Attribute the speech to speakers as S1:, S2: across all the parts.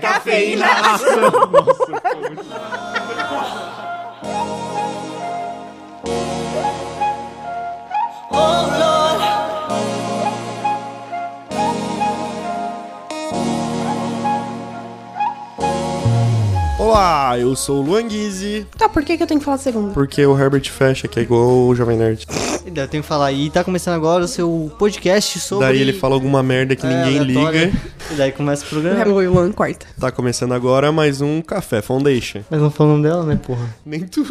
S1: cafeína
S2: azul.
S1: Nossa, foi muito bom.
S3: Oh Lord,
S4: Olá, eu sou o Luan Guizzi,
S5: Tá, por que, que eu tenho que falar segundo?
S4: porque o Herbert fecha que é igual o Jovem Nerd.
S2: Eu tenho que falar. E tá começando agora o seu podcast sobre.
S4: Daí ele fala alguma merda que
S2: É,
S4: ninguém
S2: aleatória.
S4: liga.
S2: E daí começa o programa.
S5: O Luan corta.
S4: Tá começando agora mais um Café Foundation.
S2: Mas não falou o nome dela, né, porra?
S4: Nem tu.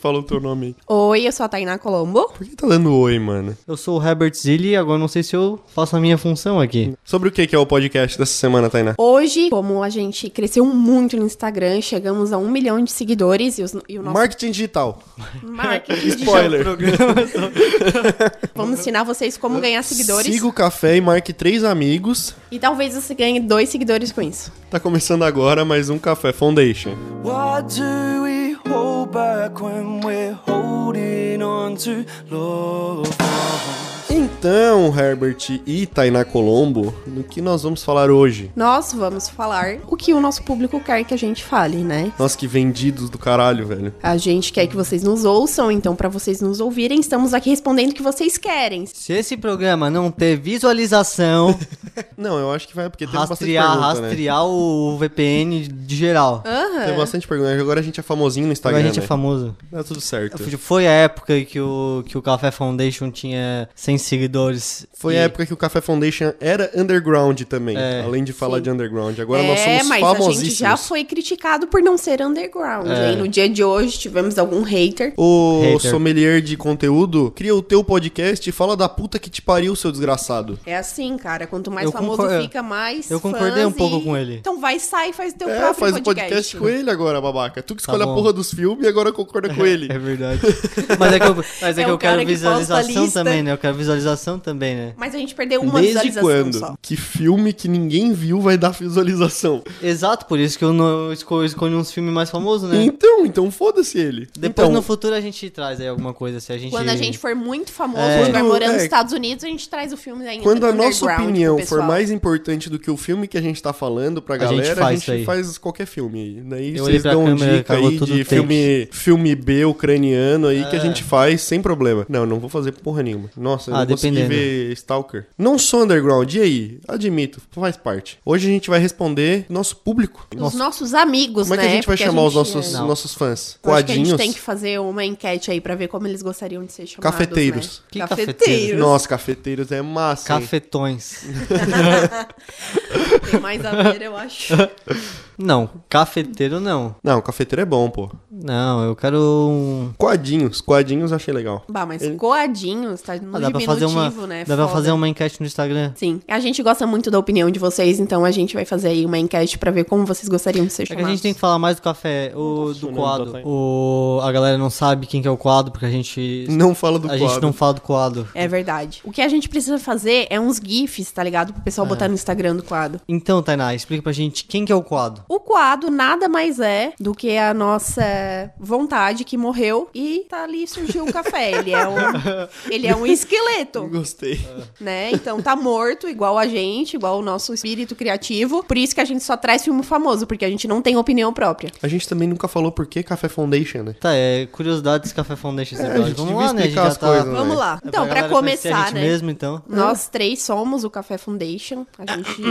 S4: Fala o teu nome aí.
S5: Oi, eu sou a Tainá Colombo.
S4: Por que tá dando oi, mano?
S2: Eu sou o Herbert Zilli, agora não sei se eu faço a minha função aqui.
S4: Sobre o que que é o podcast dessa semana, Tainá?
S5: Hoje, como a gente cresceu muito no Instagram, chegamos a um milhão de seguidores e, os- e o nosso
S4: Marketing digital.
S5: marketing.
S4: Spoiler.
S5: Vamos ensinar vocês como ganhar seguidores.
S4: Siga o café e marque três amigos.
S5: E talvez você ganhe dois seguidores com isso.
S4: Tá começando agora mais um Café Foundation.
S3: what do we hold back when we're holding on to love?
S4: Então, Herbert e Tainá Colombo, no que nós vamos falar hoje?
S5: Nós vamos falar o que o nosso público quer que a gente fale, né?
S4: Nossa, que vendidos do caralho, velho.
S5: A gente quer que vocês nos ouçam, então pra vocês nos ouvirem, estamos aqui respondendo o que vocês querem.
S2: Se esse programa não ter visualização,
S4: Não, eu acho que vai, porque teve
S2: rastrear,
S4: bastante pergunta, né?
S2: rastrear o VPN de geral.
S4: Teve bastante pergunta. Agora a gente é famosinho no Instagram,
S2: Agora a gente é
S4: né?
S2: famoso.
S4: Dá tudo certo.
S2: Foi a época que o, que o Café Foundation tinha 100 seguidores.
S4: Foi
S2: E-
S4: a época que o Café Foundation era underground também.
S2: É.
S4: além de falar de underground. Agora nós
S5: é,
S4: somos
S5: mas
S4: famosíssimos. É.
S5: a gente já foi criticado por não ser underground. hein? No dia de hoje tivemos algum hater.
S4: O
S2: Hater.
S4: sommelier de conteúdo cria o teu podcast e fala da puta que te pariu, seu desgraçado.
S5: É assim, cara. Quanto mais
S2: Eu
S5: famoso
S2: concor-
S5: fica, mais.
S2: eu concordei um
S5: fãs
S2: pouco
S5: e-
S2: com ele.
S5: Então vai, sai e faz teu
S4: É,
S5: próprio
S4: faz o
S5: podcast. né?
S4: podcast com ele agora, babaca. Tu que escolhe a
S2: Tá bom.
S4: porra dos filmes e agora concorda com ele.
S2: É verdade. mas é que eu, mas é
S5: É
S2: que
S5: o
S2: eu quero
S5: cara que posta a
S2: visualização
S5: lista.
S2: também, né? Eu quero visualização também, né?
S5: Mas a gente perdeu uma
S4: Desde
S5: visualização
S4: quando?
S5: só.
S4: Que filme que ninguém viu vai dar visualização?
S2: Exato, por isso que eu não escolho, escolho uns filmes mais famosos, né?
S4: Então, então foda-se ele.
S2: Depois
S4: então,
S2: no futuro a gente traz aí alguma coisa. Se a gente...
S5: Quando a gente for muito famoso,
S2: É.
S5: estiver
S4: Quando-
S5: morando nos
S4: é.
S5: Estados Unidos, a gente traz o filme ainda.
S4: Quando a nossa
S5: underground pro
S4: opinião for
S5: pessoal.
S4: mais importante do que o filme que a gente tá falando pra
S2: gente
S4: galera, a
S2: faz
S4: gente
S2: isso aí.
S4: faz qualquer filme. aí. Daí
S2: Eu olhei
S4: vocês
S2: pra
S4: dão
S2: câmera,
S4: dica
S2: acabou
S4: aí
S2: tudo
S4: de
S2: take.
S4: filme, filme B ucraniano aí que a
S2: É.
S4: gente faz sem problema. Não, não vou fazer porra nenhuma. Nossa, eu
S2: Ah,
S4: não consegui
S2: dependendo.
S4: ver Stalker. Não sou underground, e aí? Admito, faz parte. Hoje a gente vai responder nosso público.
S5: Os nossos amigos,
S4: Como é
S5: né?
S4: que a gente vai
S5: Porque
S4: chamar os
S5: gente-
S4: nossos,
S5: é.
S2: Não.
S4: nossos fãs?
S5: Eu acho que a gente
S4: Coadinhos?
S5: tem que fazer uma enquete aí pra ver como eles gostariam de ser chamados.
S4: Cafeteiros.
S5: né?
S2: Que
S5: cafeteiros.
S2: cafeteiros?
S4: Nossa, cafeteiros é massa. hein?
S2: Cafetões.
S5: Tem mais a ver, eu acho.
S2: Não, cafeteiro não.
S4: Não, cafeteiro é bom, pô.
S2: Não, eu quero um...
S4: Coadinhos, coadinhos eu achei legal.
S5: Bah, mas
S4: Ele-
S5: coadinhos, tá no
S2: Ah, dá pra fazer
S5: diminutivo,
S2: uma,
S5: né?
S2: dá pra
S5: Foda.
S2: fazer uma enquete no Instagram.
S5: Sim, a gente gosta muito da opinião de vocês, então a gente vai fazer aí uma enquete pra ver como vocês gostariam de ser
S2: É
S5: chamados.
S2: que a gente tem que falar mais do café, o,
S4: né?
S2: do coado. O, a galera não sabe quem que é o coado, porque a gente.
S4: Não fala do
S2: a
S4: quadro.
S2: gente não fala do coado.
S5: É verdade. O que a gente precisa fazer é uns GIFs, tá ligado? Pro
S2: É.
S5: pessoal botar no Instagram do quadro.
S2: Então, Tainá, explica pra gente quem que é o coado.
S5: O quadro nada mais é do que a nossa vontade que morreu e tá ali surgiu o café. Ele é um, ele é um esqueleto.
S4: Gostei.
S5: né? Então tá morto, igual a gente, igual o nosso espírito criativo. Por isso que a gente só traz filme famoso, porque a gente não tem opinião própria.
S4: A gente também nunca falou por que Café Foundation, né?
S2: Tá, é curiosidades Café Foundation. esse
S4: É, a gente
S2: episódio. Vamos
S4: devia
S2: lá, né? A gente
S4: explicar
S2: já
S4: as
S2: tá.
S4: coisas, né?
S5: Vamos lá.
S2: É
S5: então, pra
S2: galera conhecer a
S5: começar,
S2: gente
S5: né?
S2: mesmo, então.
S5: Nós três somos o Café Foundation. A gente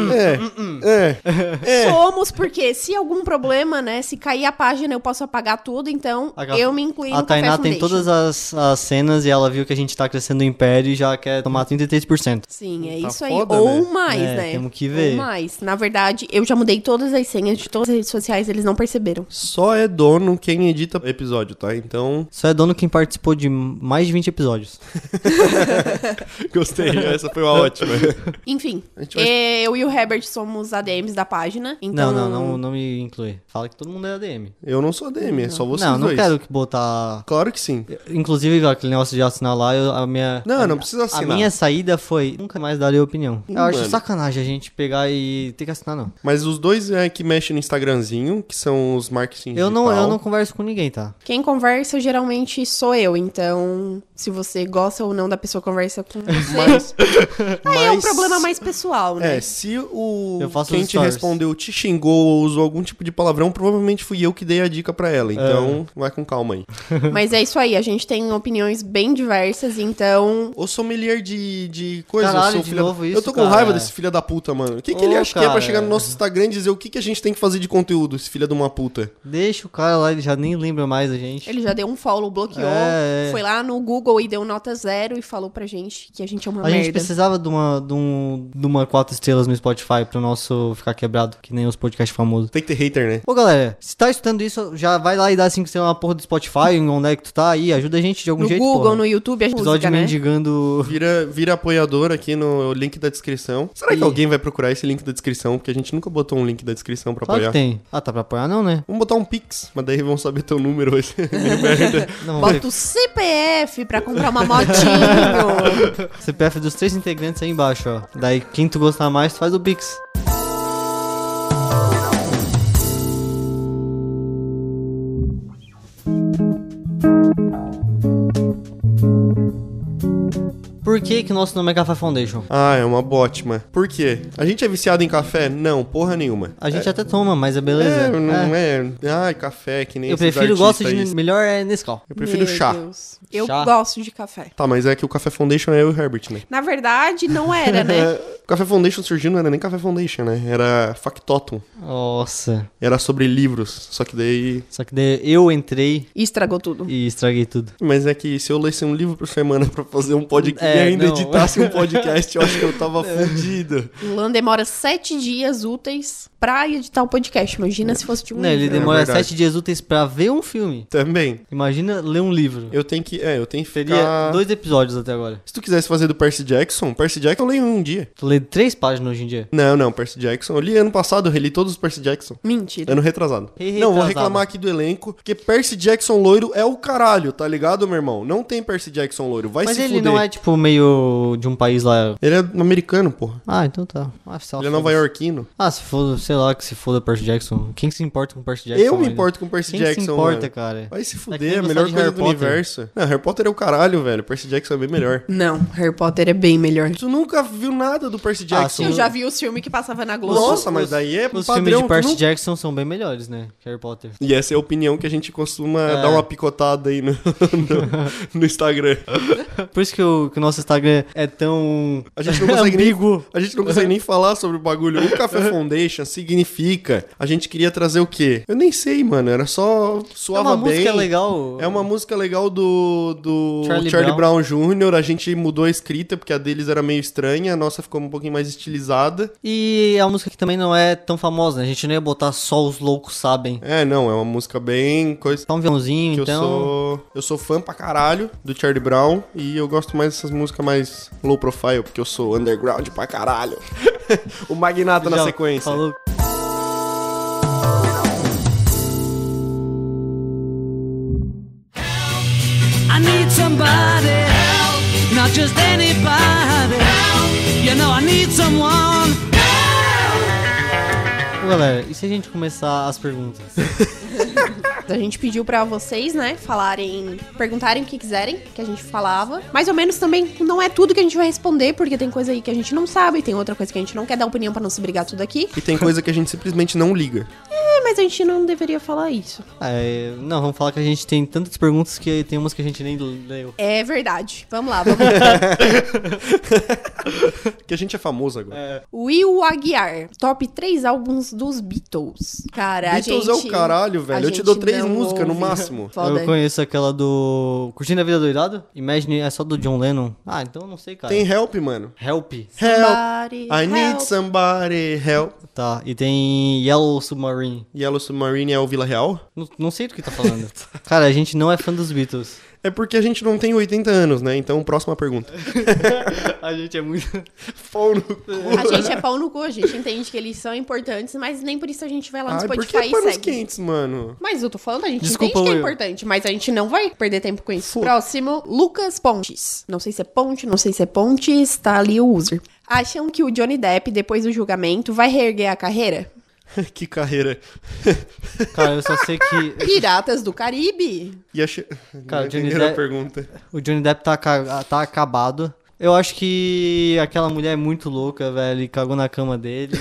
S4: É, é.
S5: somos porque se algum problema, né, se cair a página, eu posso apagar tudo, então
S2: A Gaf-
S5: eu me incluí no
S2: A Tainá
S5: Café
S2: tem
S5: Foundation.
S2: todas as, as cenas e ela viu que a gente tá crescendo o império e já quer tomar 33%.
S5: Sim, é
S4: Tá
S5: isso aí.
S4: foda,
S5: Ou
S4: né?
S5: mais,
S2: É,
S5: né?
S2: temos que ver.
S5: Ou mais. Na verdade, eu já mudei todas as senhas de todas as redes sociais, eles não perceberam.
S4: Só é dono quem edita episódio, tá? Então,
S2: Só é dono quem participou de mais de 20 episódios.
S4: gostei. Essa foi uma ótima.
S5: Enfim, eh,
S4: A gente vai-
S5: eu e o Herbert somos ADMs da página, então...
S2: Não, não, não, não me inclui. Fala que todo mundo é ADM.
S4: Eu não sou DM, é só vocês
S2: não, não
S4: dois.
S2: quero que botar.
S4: Claro que sim.
S2: Inclusive, aquele negócio de assinar lá, eu- a minha.
S4: Não,
S2: a
S4: não
S2: mi-
S4: precisa assinar.
S2: A minha saída foi. Nunca mais darei opinião. Eu acho
S4: Mano.
S2: sacanagem a gente pegar e ter que assinar, não.
S4: Mas os dois é que mexem no Instagramzinho, que são os marketing
S2: Eu não,
S4: digital.
S2: eu não converso com ninguém, tá?
S5: Quem conversa geralmente sou eu, então se você gosta ou não da pessoa que conversa com você,
S4: Mas,
S5: aí é um
S4: mas-
S5: problema mais pessoal, né?
S4: É, se o
S2: Eu faço
S4: quem
S2: os
S4: te
S2: stories.
S4: respondeu te xingou ou usou algum tipo de palavrão, provavelmente fui eu que dei a dica pra
S2: É.
S4: ela. Então, vai com calma aí.
S5: Mas é isso aí, a gente tem opiniões bem diversas, então
S4: Ô sommelier de, de coisa,
S2: Caralho,
S4: eu sou
S2: de
S4: filha da-
S2: novo isso,
S4: Eu tô com
S2: cara.
S4: raiva desse filho da puta, mano. O que, que ele
S2: Ô,
S4: acha que é pra
S2: cara.
S4: chegar no nosso Instagram e dizer o que, que a gente tem que fazer de conteúdo, esse filho de uma puta?
S2: Deixa o cara lá, ele já nem lembra mais a gente.
S5: ele já deu um follow, bloqueou,
S2: É, é.
S5: foi lá no Google e deu nota zero e falou pra gente que a gente é uma
S2: A
S5: merda.
S2: gente precisava de uma, de, um, de uma quatro estrelas no Spotify pro nosso ficar quebrado, que nem os podcasts famosos.
S4: Tem que ter hater, né?
S2: Ô galera, se tá escutando isso, já vai lá e dá 5 estrelas na porra do Spotify, onde é que tu tá aí, ajuda a gente de algum
S5: no
S2: jeito.
S5: Google,
S2: porra.
S5: no YouTube, a gente
S2: Episódio
S5: música, né?
S2: mendigando.
S4: Vira, vira apoiador aqui no link da descrição. Será que
S2: Ih.
S4: alguém vai procurar esse link da descrição? Porque a gente nunca botou um link da descrição pra
S2: Claro que
S4: apoiar.
S2: tem. Ah, tá pra apoiar não, né?
S4: Vamos botar um Pix, mas daí vão saber teu número hoje.
S2: Não,
S5: Bota o CPF pra comprar uma motinho.
S2: CPF dos três integrantes aí embaixo, ó. Daí quem tu gostar mais, tu faz o Pix. Por que que o nosso nome é Café Foundation?
S4: ah, é uma bótima. Por quê? A gente é viciado em café? Não, porra nenhuma.
S2: A gente até toma, mas é beleza.
S4: É, não
S2: É.
S4: é. Ai, café, que nem
S2: Eu
S4: esses
S2: prefiro, gosto de
S4: artistas aí.
S2: melhor é Nescau.
S4: Eu prefiro
S5: Meu
S4: chá.
S5: Deus. Eu
S2: Chá?
S5: gosto de café.
S4: Tá, mas é que o Café Foundation é eu e o Herbert, né?
S5: Na verdade, não era, né?
S4: É, o Café Foundation surgiu, não era nem Café Foundation, né? Era Factotum.
S2: Nossa.
S4: Era sobre livros. Só que daí.
S2: Só que daí eu entrei
S5: E estragou tudo.
S2: e estraguei tudo.
S4: Mas é que se eu lesse um livro por semana pra fazer um podcast
S2: É,
S4: e ainda
S2: não. É.
S4: editasse um podcast, eu acho que eu tava fudido.
S5: Luan demora sete dias úteis pra editar o podcast. Imagina se fosse de um
S2: É. Não, Né, ele
S5: livro.
S2: demora
S4: é verdade.
S2: sete dias úteis pra ver um filme.
S4: Também.
S2: Imagina ler um livro.
S4: Eu tenho que. É, eu tenho que
S2: Teria
S4: ficar.
S2: dois episódios até agora.
S4: Se tu quisesse fazer do Percy Jackson, Percy Jackson eu leio em um dia.
S2: Tu lê três páginas hoje em dia.
S4: Não, não, Percy Jackson. Eu li ano passado, eu reli todos os Percy Jackson.
S5: Mentira.
S4: Ano retrasado.
S2: E
S4: Não, vou
S2: retrasado.
S4: reclamar aqui do elenco, porque Percy Jackson loiro é o caralho, tá ligado, meu irmão? Não tem Percy Jackson loiro, vai
S2: Mas
S4: se
S2: ele
S4: fuder.
S2: não é, tipo, meio de um país lá.
S4: Ele é americano, porra.
S2: Ah, então tá. Ah, sei lá,
S4: Ele é nova
S2: foda-se.
S4: iorquino.
S2: Ah, se foda, sei lá, que se foda Percy Jackson. Quem se importa com Percy Jackson?
S4: Eu me
S2: ainda?
S4: importo com Percy
S2: Quem
S4: Jackson.
S2: se importa,
S4: mano.
S2: cara?
S4: Vai se
S2: É que
S4: fuder,
S2: nem
S4: a
S2: gostar
S4: melhor
S2: de
S4: coisa
S2: Harry
S4: do
S2: Potter.
S4: universo. Não, Harry Potter é o caralho, velho. Percy Jackson é bem melhor.
S5: Não, Harry Potter é bem melhor.
S4: Tu nunca viu nada do Percy
S2: Ah,
S4: Jackson.
S2: sim.
S5: Eu já vi os filmes que passava na Globo.
S4: Nossa, mas daí é
S2: Os
S4: padrão.
S2: filmes de
S4: tu
S2: Percy
S4: não-
S2: Jackson são bem melhores, né? que Harry Potter.
S4: E essa é a opinião que a gente costuma
S2: É.
S4: dar uma picotada aí no, no- no Instagram.
S2: Por isso que o, que o nosso Instagram é tão.
S4: A gente não consegue nem
S2: ambíguo.
S4: A gente não consegue nem falar sobre o bagulho. O Café Foundation significa. A gente queria trazer o quê? Eu nem sei, mano. Era só
S2: É
S4: suava
S2: uma
S4: bem.
S2: música legal.
S4: É uma música legal do, do Charlie,
S2: Charlie
S4: Brown. Jr. A gente mudou a escrita, porque a deles era meio estranha, a nossa ficou um pouquinho mais estilizada.
S2: E é uma música que também não é tão famosa, né? A gente não ia botar só os loucos sabem.
S4: É, não, é uma música bem coisa.
S2: Só um violãozinho,
S4: Que eu
S2: então.
S4: sou. Eu sou fã pra caralho do Charlie Brown e eu gosto mais dessas músicas mais low profile, porque eu sou underground pra caralho. o Magnata na
S2: Já
S4: sequência.
S2: Falou.
S1: I need somebody help, not just anybody help. You know I need someone.
S2: Ô, Galera, e se a gente começar as perguntas?
S5: A gente pediu pra vocês, né, falarem, perguntarem o que quiserem, que a gente falava. Mais ou menos também não é tudo que a gente vai responder, porque tem coisa aí que a gente não sabe, tem outra coisa que a gente não quer dar opinião pra não se brigar tudo aqui.
S4: E tem coisa que a gente simplesmente não liga.
S5: É, mas a gente não deveria falar isso.
S2: Ah, é, não, vamos falar que a gente tem tantas perguntas que tem umas que a gente nem leu.
S5: É verdade. Vamos lá, vamos lá.
S4: Porque a gente é famoso agora.
S5: Will Aguiar, top 3 álbuns dos Beatles. Cara, a
S4: Beatles
S5: gente...
S4: é o caralho, velho.
S5: a
S4: Eu te dou
S5: gente
S4: três
S5: não
S4: músicas no
S5: ouve.
S4: máximo.
S5: Foda.
S2: Eu conheço aquela do. Curtindo a Vida Doidado? Imagine é só do John Lennon. Ah, então eu não sei, cara.
S4: Tem help, mano.
S2: Help.
S4: Help.
S5: Somebody
S4: I
S5: help.
S4: need somebody help.
S2: Tá, e tem Yellow Submarine.
S4: Yellow Submarine é o Vila Real?
S2: Não, não sei do que tá falando. cara, a gente não é fã dos Beatles.
S4: É porque a gente não tem 80 anos, né? Então, próxima pergunta.
S2: A gente é muito.
S4: Pau no cu.
S5: A gente é pau no cu, a gente entende que eles são importantes, mas nem por isso a gente vai lá no
S4: Ai, por
S5: Spotify
S4: que
S5: e
S4: panos
S5: segue.
S4: quentes, mano?
S5: Mas eu tô falando, a gente
S2: Desculpa,
S5: entende que é
S2: Will.
S5: importante, mas a gente não vai perder tempo com isso.
S4: Fu-
S5: Próximo, Lucas Pontes. Não sei se é Ponte, não sei se é Pontes, tá ali o user. Acham que o Johnny Depp, depois do julgamento, vai reerguer a carreira?
S4: que carreira.
S2: Cara, eu só sei que
S5: Piratas do Caribe.
S4: E a che...
S2: Cara,
S4: Não
S2: Johnny
S4: entenderam a
S2: Depp-
S4: pergunta.
S2: o Johnny Depp tá, ca- tá acabado. Eu acho que aquela mulher é muito louca, velho, e cagou na cama dele.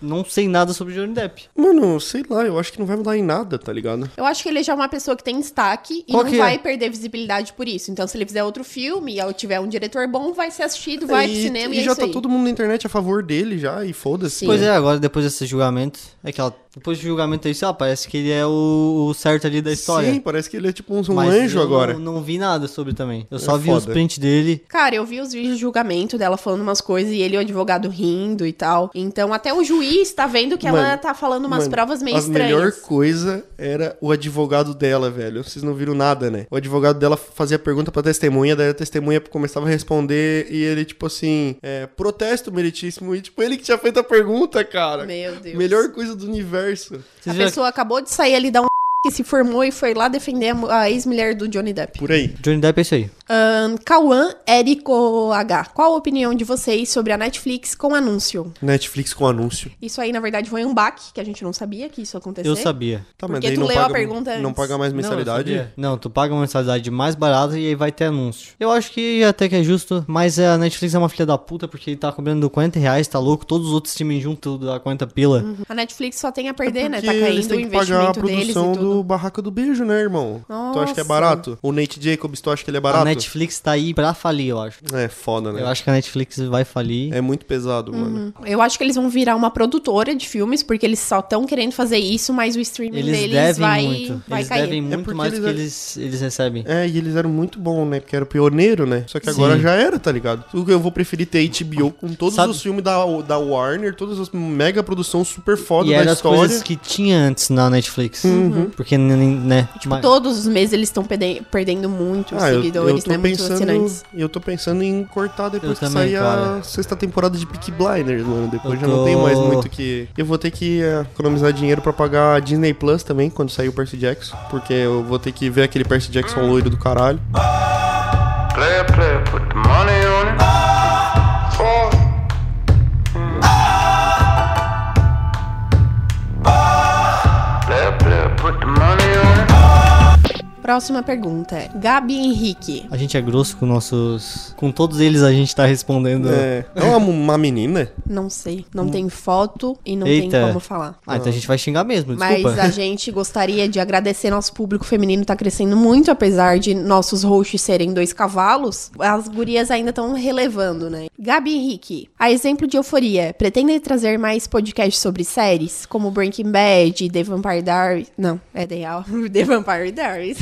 S2: não sei nada sobre o Johnny Depp.
S4: Mano, sei lá, eu acho que não vai mudar em nada, tá ligado?
S5: Eu acho que ele já é uma pessoa que tem destaque e
S2: Qual
S5: não
S2: que é?
S5: vai perder visibilidade por isso. Então, se ele fizer outro filme e tiver um diretor bom, vai ser assistido, vai
S4: e,
S5: pro cinema e,
S4: e
S5: é
S4: já
S5: isso
S4: tá
S5: aí.
S4: todo mundo na internet a favor dele já, e foda-se.
S5: Sim.
S2: Pois é, agora depois desse julgamento. É que ela, depois do julgamento aí, sei lá, parece que ele é o, o certo ali da história.
S4: Sim, parece que ele é tipo um, um
S2: Mas
S4: anjo
S2: eu
S4: agora.
S2: Não, não vi nada sobre também. Eu só
S4: É
S2: vi os
S4: foda.
S2: prints dele.
S5: Cara, eu vi os vídeos de julgamento dela falando umas coisas e ele, o advogado, rindo e tal. Então, até o juiz tá vendo que ela
S4: Mano,
S5: tá falando umas
S4: Mano,
S5: provas meio
S4: a
S5: estranhas.
S4: melhor coisa era o advogado dela, velho. Vocês não viram nada, né? O advogado dela fazia pergunta pra testemunha, daí a testemunha começava a responder e ele, tipo assim, é, protesto meritíssimo. E, tipo, ele que tinha feito a pergunta, cara.
S5: Meu Deus.
S4: Melhor coisa do universo.
S5: A
S2: Vocês viram
S5: pessoa acabou de sair ali da um que se formou e foi lá defender a mu- a ex-mulher do Johnny Depp.
S4: Por aí.
S2: que Johnny Depp é isso aí.
S5: Ahn, Cauã Érico H. Qual a opinião de vocês sobre a Netflix com anúncio?
S4: Netflix com anúncio.
S5: Isso aí, na verdade, foi um baque, que a gente não sabia que isso aconteceu.
S2: Eu sabia.
S4: Tá,
S5: Porque tu leu a pergunta
S4: não
S5: antes.
S4: paga mais
S2: Não, eu
S4: mensalidade.
S2: sabia. Não, tu paga uma mensalidade mais barata e aí vai ter anúncio. Eu acho que até que é justo, mas a Netflix é uma filha da puta porque ele tá cobrando 40 reais, tá louco, todos os outros times junto dá 40 pila.
S4: Uhum.
S5: A Netflix só tem a perder, né?
S4: É Porque
S5: Tá
S4: eles
S5: caindo o
S4: têm que pagar a
S5: investimento deles e
S4: produção
S5: tudo.
S4: do Barraca do Beijo, né, irmão? Tu acha que é
S5: Nossa. Ah,
S4: barato? O Nate Jacobs, tu acha que ele é barato?
S2: a Netflix tá aí pra falir, eu acho.
S4: É foda, né?
S2: Eu acho que a Netflix vai falir.
S4: É muito pesado,
S5: Uhum.
S4: mano.
S5: Eu acho que eles vão virar uma produtora de filmes, porque eles só estão querendo fazer isso, mas o streaming
S2: Eles
S5: deles
S2: devem
S5: vai,
S2: muito.
S5: vai
S2: eles
S5: cair.
S2: devem muito
S4: É porque
S2: mais do que
S4: eles-
S2: eles, eles recebem.
S4: É, e eles eram muito bons, né? Porque era pioneiro, né? Só que agora
S2: Sim.
S4: já era, tá ligado? Eu vou preferir ter HBO com todos
S2: Sabe-
S4: os filmes da, da Warner, todas as mega produção super foda
S2: e
S4: da
S2: eram as
S4: história.
S2: coisas que tinha antes na Netflix.
S5: Uhum.
S2: Porque, n- n- né?
S5: Tipo,
S2: mas-
S5: Todos os meses eles estão perde- perdendo muito
S4: Ah, eu, eu
S5: seguidores,
S4: tô
S5: né? Muitos assinantes.
S4: pensando, eu tô pensando em cortar depois
S2: Eu
S4: que
S2: também,
S4: sair a
S2: cara.
S4: sexta temporada de Peaky Blinders, mano. Depois
S2: Eu
S4: já não
S2: tô-
S4: tem mais muito o que... Eu vou ter que eh, economizar dinheiro pra pagar a Disney Plus também, quando sair o Percy Jackson. Porque eu vou ter que ver aquele Percy Jackson loiro do caralho.
S2: Ah.
S6: Play, play, put the money on it. Four. Play, play, put the money on it.
S5: Próxima pergunta é Gabi Henrique.
S2: A gente é grosso com nossos. Com todos eles a gente tá respondendo.
S4: É, é uma, uma menina?
S5: Não sei. Não tem foto e não tem
S2: Hum. Eita.
S5: como falar.
S2: Ah, então a gente vai xingar mesmo,
S5: Mas
S2: desculpa.
S5: a gente gostaria de agradecer nosso público feminino tá crescendo muito, apesar de nossos hosts serem dois cavalos, as gurias ainda estão relevando, né? Gabi Henrique, a exemplo de euforia, pretendem trazer mais podcasts sobre séries, como Breaking Bad, The Vampire Diaries, não, é The, Al- The Vampire Diaries,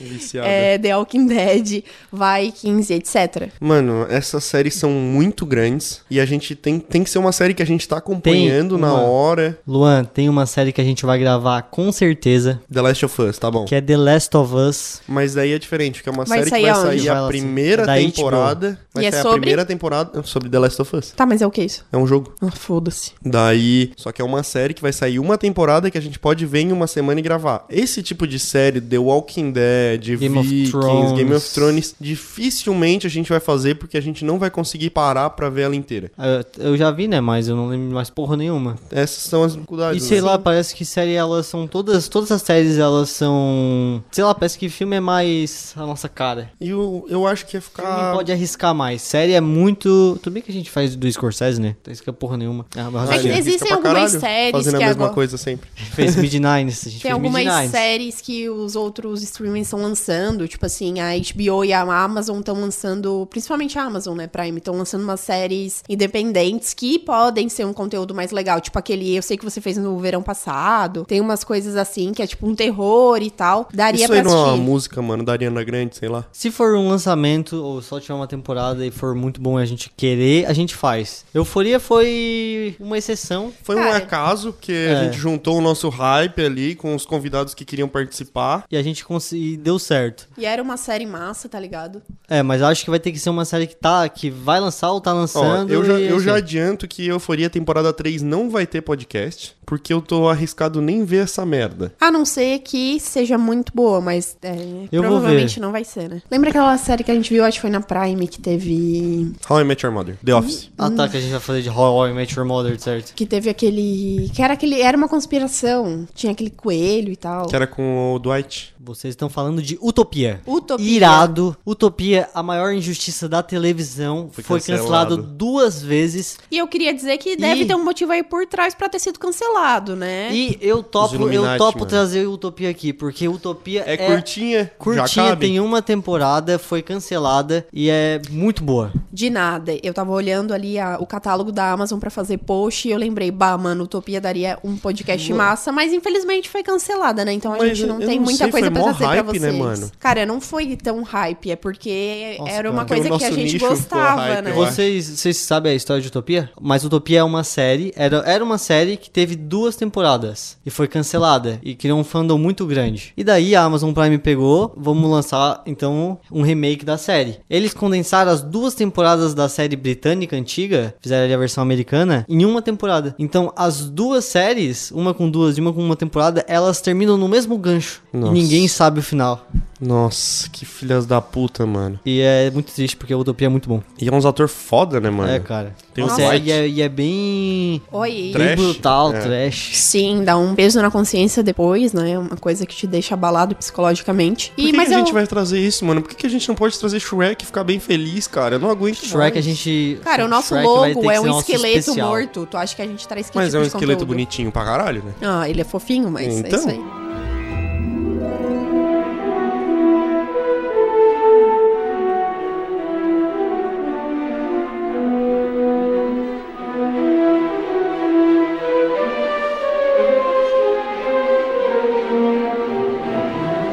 S4: Viciada.
S5: é, The Walking Dead, Vikings, etc.
S4: Mano, essas séries são muito grandes e a gente tem, tem que ser uma série que a gente tá acompanhando
S2: Tem
S4: na
S2: uma.
S4: hora.
S2: Luan, tem uma série que a gente vai gravar com certeza,
S4: The Last of Us, tá bom.
S2: que é The Last of Us.
S4: Mas daí é diferente, porque é uma
S5: Vai
S4: série
S5: sair
S4: que vai
S5: aonde?
S4: sair
S2: Vai
S4: a
S2: lá, tipo,
S4: primeira
S2: da HBO.
S4: temporada. Vai
S5: E é
S4: sair a
S5: sobre?
S4: primeira temporada sobre The Last of Us.
S5: Tá, mas é o que isso?
S4: É um jogo.
S5: Ah, foda-se.
S4: Daí, só que é uma série que vai sair uma temporada que a gente pode ver em uma semana e gravar. Esse tipo de série, The Walking Dead,
S2: Game of
S4: Vikings,
S2: Thrones.
S4: Game of Thrones, dificilmente a gente vai fazer porque a gente não vai conseguir parar pra ver ela inteira.
S2: Ah, Eu, eu já vi, né? Mas eu não lembro mais porra nenhuma.
S4: Essas são as dificuldades.
S2: E sei
S4: né?
S2: lá, parece que série elas são todas. Todas as séries elas são. Sei lá, parece que filme é mais a nossa cara.
S4: E eu, eu acho que ia
S2: Filme
S4: ficar.
S2: pode arriscar mais. Série é muito. Tudo bem que a gente faz do Scorsese, né? Não arrisca porra nenhuma. Ah, mas
S5: É que
S4: ele
S2: olha,
S5: existem
S4: arrisca pra
S5: algumas séries
S4: Fazendo
S5: que
S4: a mesma
S5: agora-
S4: coisa sempre.
S2: fez Midnight, a gente
S5: Tem
S2: fez Midnight.
S5: algumas séries que os outros streamings estão lançando, tipo assim, a HBO e a Amazon estão lançando, principalmente a Amazon, né, Prime, estão lançando umas séries independentes que podem ser um conteúdo mais legal, tipo aquele Eu Sei Que Você Fez no Verão Passado, tem umas coisas assim, que é tipo um terror e tal, daria
S4: Isso
S5: pra
S4: aí não é uma
S5: assistir.
S4: música, mano, da Ariana Grande, sei lá.
S2: Se for um lançamento ou só tiver uma temporada e for muito bom e a gente querer, a gente faz. Euforia foi uma exceção.
S4: Foi um
S5: Cara.
S4: acaso, porque a
S2: É.
S4: gente juntou o nosso hype ali com os convidados que queriam participar.
S2: E a a gente conseguiu. Deu certo.
S5: E era uma série massa, tá ligado?
S2: É, mas eu acho que vai ter que ser uma série que, tá, que vai lançar ou tá
S4: Ó,
S2: lançando.
S4: eu já,
S2: e
S4: eu
S2: assim.
S4: já adianto que Euforia temporada 3 não vai ter podcast, porque eu tô arriscado nem ver essa merda.
S5: A não ser que seja muito boa, mas é,
S2: Eu vou
S5: provavelmente
S2: ver.
S5: não vai ser, né? Lembra aquela série que a gente viu, acho que foi na Prime, que teve.
S4: How I Met Your Mother, The Office.
S2: Ah, tá, que a gente vai fazer de How I Met Your Mother, certo?
S5: Que teve aquele. Que era aquele. Era uma conspiração. Tinha aquele coelho e tal.
S4: Que era com o Dwight.
S2: Vocês estão falando de Utopia.
S5: Utopia.
S2: Irado. Utopia, a maior injustiça da televisão,
S4: Foi
S2: foi,
S4: cancelado.
S2: cancelado. duas vezes.
S5: E eu queria dizer que deve
S2: E-
S5: ter um motivo aí por trás pra ter sido cancelado, né?
S2: E eu
S4: Os
S2: topo,
S4: Illuminati,
S2: eu topo
S4: mano.
S2: trazer Utopia aqui, porque Utopia
S4: É,
S2: é,
S4: curtinha, já
S2: curtinha,
S4: cabe.
S5: um-
S2: tem uma temporada, foi cancelada e é muito boa.
S5: De nada. Eu tava olhando ali a- o catálogo da Amazon pra fazer post e eu lembrei, bah, mano, Utopia daria um podcast massa, mas infelizmente foi cancelada, né? Então a
S4: Mas
S5: gente não
S4: eu
S5: tem
S4: não
S5: muita
S4: sei,
S5: coisa
S4: foi
S5: pra
S4: mó
S5: trazer pra
S4: hype,
S5: vocês.
S4: né, mano?
S5: Cara, não foi tão hype, é porque
S2: Nossa,
S5: era uma
S2: cara.
S5: coisa
S4: Porque o
S5: que a
S4: nosso
S5: gente
S4: nicho ficou
S5: gostava,
S4: hype,
S5: né?
S4: eu acho.
S2: Vocês, vocês sabem a história de Utopia? Mas Utopia é uma série, era, era uma série que teve duas temporadas e foi cancelada e criou um fandom muito grande. E daí a Amazon Prime pegou, vamos lançar então um remake da série. Eles condensaram as duas temporadas da série britânica antiga, fizeram ali a versão americana, em uma temporada. Então as duas séries, uma com duas e uma com uma temporada, elas terminam no mesmo gancho
S4: Nossa.
S2: e ninguém sabe o final.
S4: Nossa, que filhas da puta, mano.
S2: E é muito triste porque a Utopia é muito bom.
S4: E é uns ator foda, né, mano?
S2: É, cara.
S4: Tem o
S2: Nossa,
S4: Dwight.
S2: e, é, e é bem
S5: Oi.
S4: Trash.
S2: Bem brutal,
S4: É.
S2: trash.
S5: Sim, dá um peso na consciência depois, né? Uma coisa que te deixa abalado psicologicamente.
S4: Por
S5: E,
S4: que,
S5: mas é um
S4: que a
S5: eu-
S4: gente vai trazer isso, mano? Por que, que a gente não pode trazer Shrek e ficar bem feliz, cara? Eu não aguento
S2: Shrek
S4: mais.
S2: a gente.
S5: Cara, o nosso
S2: Shrek vai ter
S5: logo
S2: que
S5: é
S2: ser
S5: um
S2: nosso
S5: esqueleto
S2: especial.
S5: morto. Tu acha que a gente traz que
S4: Mas
S5: tipo
S4: é um
S5: de
S4: esqueleto
S5: conteúdo?
S4: bonitinho pra caralho, né?
S5: Ah, ele é fofinho, mas é
S4: Então.
S5: isso aí.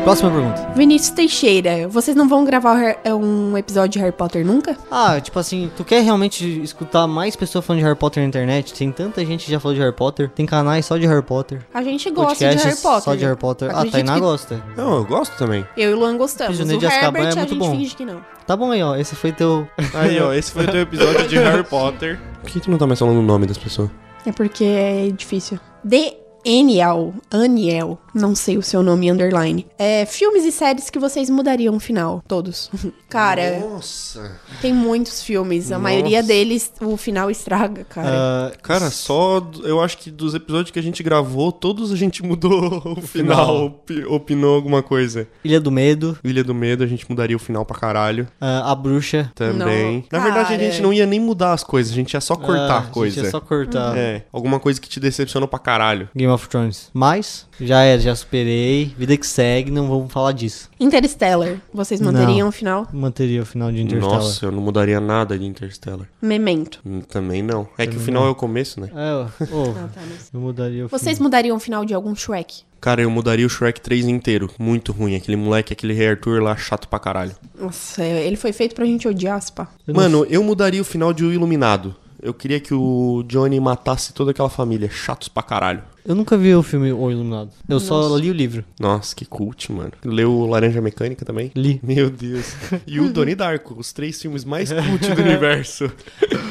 S2: Próxima pergunta.
S5: Vinícius Teixeira, vocês não vão gravar Har- é, um episódio de Harry Potter nunca?
S2: Ah, tipo assim, tu quer realmente escutar mais pessoas falando de Harry Potter na internet? Tem tanta gente que já falou de Harry Potter. Tem canais só de Harry Potter.
S5: A gente gosta
S2: Podcasts
S5: de Harry Potter.
S2: só de Harry Potter. Ah, a
S5: Acredito
S2: Tainá
S5: que
S2: gosta.
S4: Não, eu gosto também.
S5: Eu e o Luan gostamos. O
S2: Prisioneiro de Azkaban
S5: Herbert
S2: é
S5: a
S2: muito
S5: gente
S2: bom.
S5: finge que não.
S2: Tá bom aí, ó. Esse foi teu.
S4: Aí, ó, esse foi o teu episódio de Harry Potter. Por que tu não tá mais falando o nome das pessoas?
S5: É porque é difícil. The Aniel, Aniel, não sei o seu nome underline. É filmes e séries que vocês mudariam o final, todos. Cara,
S4: Nossa.
S5: tem muitos filmes, a
S4: Nossa.
S5: maioria deles o final estraga, cara.
S2: Ah,
S4: Cara, só do- eu acho que dos episódios que a gente gravou, todos a gente mudou o final, opi- opinou alguma coisa.
S2: Ilha do Medo,
S4: Ilha do Medo, a gente mudaria o final pra caralho
S2: ah, A Bruxa.
S4: também.
S5: Não,
S4: Na verdade,
S5: cara.
S4: a gente não ia nem mudar as coisas, a gente ia só
S2: Ah,
S4: cortar
S2: gente,
S4: coisa.
S2: é só cortar.
S4: É, alguma coisa que te decepcionou pra caralho.
S2: Game of Thrones. Mas, já era, já superei. Vida que segue, não vamos falar disso.
S5: Interstellar, vocês manteriam o final?
S2: Manteria o final de Interstellar.
S4: Nossa, eu não mudaria nada de Interstellar.
S5: Memento.
S4: Hum, Também não. É que o final é o começo, né?
S2: É, ó, ó, eu mudaria o
S5: tá, Vocês
S2: filme.
S5: mudariam o final de algum Shrek?
S4: Cara, eu mudaria o Shrek 3 inteiro. Muito ruim. Aquele moleque, aquele Rei Arthur lá, chato pra caralho.
S5: Nossa, ele foi feito pra gente odiar, spa.
S2: Eu não
S4: Mano, eu mudaria o final de O Iluminado. Eu queria que o Johnny matasse toda aquela família. Chatos pra caralho.
S2: Eu nunca vi o filme O Iluminado. Eu só li o livro.
S4: Nossa, que cult, mano. Leu o Laranja Mecânica também?
S2: Li.
S4: Meu Deus. E o Donnie Darko, os três filmes mais cult do universo.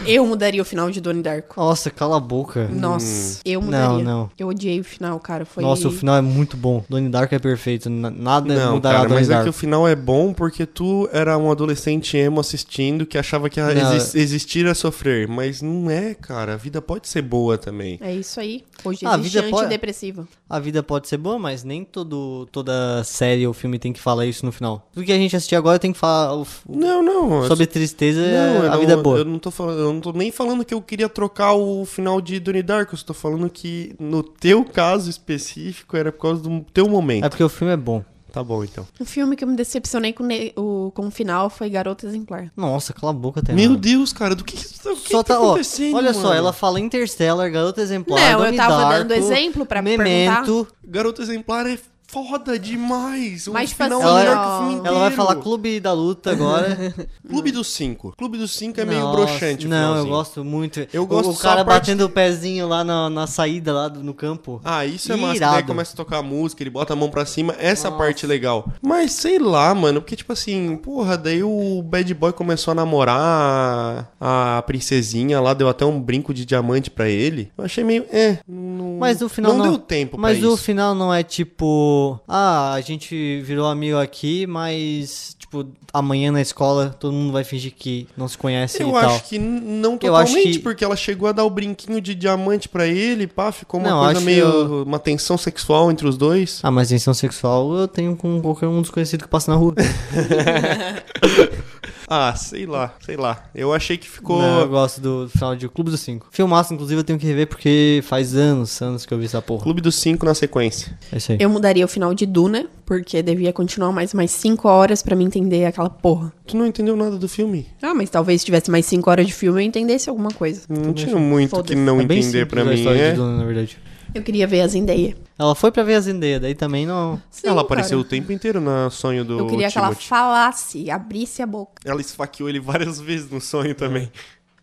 S5: Eu mudaria o final de Donnie Darko.
S2: Nossa, cala a boca.
S5: Nossa, eu mudaria.
S2: Hum. Não, não.
S5: Eu odiei o final, cara. Foi...
S2: Nossa, o final é muito bom. Donnie Darko é perfeito. na- Nada
S4: Não,
S2: mudará
S4: cara,
S2: Donnie
S4: mas é que
S2: Darko.
S4: o final é bom porque tu era um adolescente emo assistindo que achava que a
S2: Não.
S4: exis- existir é sofrer. Mas não é, cara. A vida pode ser boa também.
S5: É isso aí. Hoje
S2: Ah, a
S5: existe
S2: vida pode-
S5: antidepressiva.
S2: A vida pode ser boa, mas nem todo, toda série ou filme tem que falar isso no final. Tudo que a gente assistir agora tem que falar o- o-
S4: Não, não.
S2: sobre tristeza.
S4: Não, eu
S2: a
S4: não-
S2: vida é boa.
S4: Eu não, tô falando, eu não tô nem falando que eu queria trocar o final de Donnie Darko. Eu só tô falando que no teu caso específico era por causa do teu momento.
S2: É porque o filme é bom.
S4: Tá bom, então.
S5: Um filme que eu me decepcionei com ne- o, com o final foi Garota Exemplar.
S2: Nossa, cala a boca, Tainá.
S4: Meu Deus, cara, do que, que, isso tá- o que
S2: É. Só
S4: tá,
S2: tá, ó,
S4: acontecendo?
S2: olha só,
S4: mano?
S2: ela fala Interstellar, Garota Exemplar,
S5: Não, eu
S2: Donnie
S5: tava
S2: Darko,
S5: dando exemplo pra
S2: Memento,
S4: Garota exemplar é foda demais. O
S5: Mas, tipo
S4: final
S5: assim,
S4: é melhor
S5: ó,
S4: que o filme inteiro.
S2: Ela vai falar Clube da Luta agora.
S4: Clube dos Cinco. Clube dos Cinco é meio
S2: Nossa,
S4: broxante. o
S2: Não, eu
S4: finalzinho.
S2: gosto muito.
S4: Eu
S2: O-
S4: gosto
S2: O
S4: só
S2: cara
S4: a parte
S2: batendo
S4: que-
S2: o pezinho lá na, na saída, lá do- no campo.
S4: Ah, isso é massa.
S2: Irado.
S4: Daí começa a tocar a música, ele bota a mão pra cima. Essa parte é legal. Mas sei lá, mano. Porque, tipo assim, porra, daí o bad boy começou a namorar a a princesinha lá, deu até um brinco de diamante pra ele. Eu achei meio. É. Não,
S2: Mas o final não,
S4: deu tempo pra
S2: Mas
S4: isso.
S2: o final não é tipo, ah, a gente virou amigo aqui, mas tipo, amanhã na escola todo mundo vai fingir que não se conhece
S4: Eu
S2: e tal.
S4: acho que n- não
S2: Eu acho
S4: totalmente,
S2: que-
S4: porque ela chegou a dar o brinquinho de diamante pra ele, pá, ficou uma
S2: Não,
S4: coisa
S2: acho
S4: meio.
S2: eu-
S4: uma tensão sexual entre os dois.
S2: Ah, mas tensão sexual eu tenho com qualquer um desconhecido que passa na rua.
S4: Ah, sei lá, sei lá. Eu achei que ficou.
S2: Não, eu gosto do final de Clube dos Cinco. Filmaço, inclusive, eu tenho que rever porque faz anos, anos que eu vi essa porra.
S4: Clube dos Cinco na sequência.
S2: É isso aí.
S5: Eu mudaria o final de Duna, porque devia continuar mais mais 5 horas pra me entender aquela porra.
S4: Tu não entendeu nada do filme?
S5: Ah, mas talvez se tivesse mais 5 horas de filme eu entendesse alguma coisa.
S4: Não tinha muito
S5: Foda-se.
S4: que não
S2: É bem
S4: entender
S2: simples
S4: pra
S2: a
S4: mim.
S2: história
S4: é.
S2: de Duna, na verdade.
S5: Eu queria ver as ideias.
S2: Ela foi pra ver a Zendaya, daí também não...
S4: Ela apareceu o tempo inteiro no sonho do
S5: Eu queria que ela
S4: Timothy.
S5: falasse, abrisse a boca.
S4: Ela esfaqueou ele várias vezes no sonho também.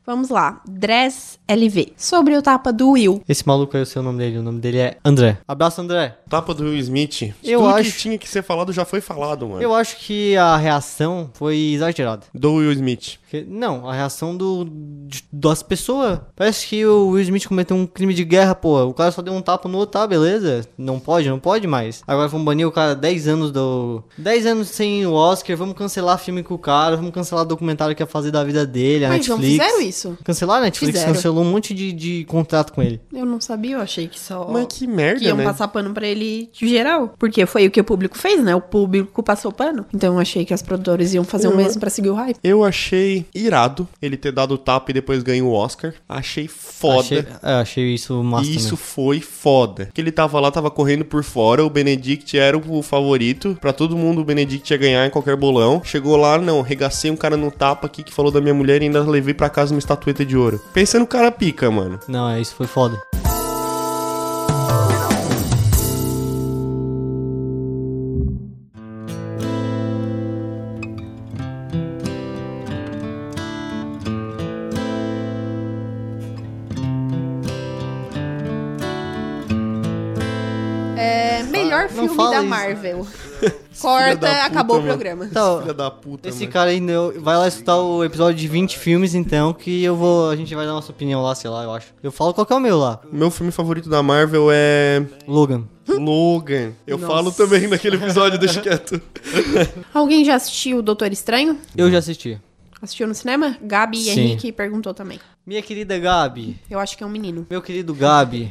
S5: Vamos lá. Dress LV. Sobre o tapa do Will.
S2: Esse maluco aí, eu sei o nome dele, o nome dele é André. Abraço, André.
S5: É.
S4: Tapa do Will Smith.
S2: Eu
S4: Tudo que
S2: acho-
S4: tinha que ser falado já foi falado, mano.
S2: Eu acho que a reação foi exagerada.
S4: Do Will Smith.
S2: Porque- Não, a reação do, de- das pessoas. Parece que o Will Smith cometeu um crime de guerra, pô. O cara só deu um tapa no outro, tá, beleza. Não pode, não pode mais. Agora vamos banir o cara 10 anos do. 10 anos sem o Oscar, vamos cancelar filme com o cara, vamos cancelar o documentário que ia fazer da vida dele, a
S5: Mas não
S2: Netflix.
S5: fizeram isso.
S2: Cancelaram a Netflix,
S5: Fizeram.
S2: cancelou um monte de, de contrato com ele.
S5: Eu não sabia, eu achei que só.
S4: Mas que merda,
S5: Oh, que iam
S4: né?
S5: passar pano pra ele de geral. Porque foi o que o público fez, né? O público passou pano. Então eu achei que as produtoras iam fazer
S2: Uhum.
S5: o mesmo pra seguir o hype.
S4: Eu achei irado ele ter dado o tapa e depois ganhou o Oscar. Achei foda.
S2: Achei, é, achei isso massa.
S4: E isso
S2: também.
S4: foi foda. Que ele tava lá, tava correndo por fora. O Benedict era o favorito. Pra todo mundo, o Benedict ia ganhar em qualquer bolão. Chegou lá, não, regacei um cara no tapa aqui que falou da minha mulher e ainda levei pra casa uma estatueta de ouro. Pensa no cara pica, mano.
S2: Não, é, isso foi foda.
S5: É, melhor filme
S2: Ah, fala
S5: da
S2: isso.
S5: Marvel.
S4: Filha da
S5: Corta,
S4: puta,
S5: acabou
S4: mano.
S5: o programa.
S2: Então,
S4: Filha da puta,
S2: Esse
S4: mano.
S2: cara aí não, vai lá escutar o episódio de 20 filmes, então, que eu vou. A gente vai dar nossa opinião lá, sei lá, eu acho. Eu falo qual que é o meu lá.
S4: O Meu filme favorito da Marvel é
S2: Logan.
S4: Logan. Eu falo também naquele episódio, deixa quieto.
S5: Alguém já assistiu o Doutor Estranho?
S2: Eu já assisti.
S5: Assistiu no cinema? Gabi
S2: Sim.
S5: Henrique perguntou também.
S2: Minha querida Gabi,
S5: Eu acho que é um menino.
S2: meu querido Gabi.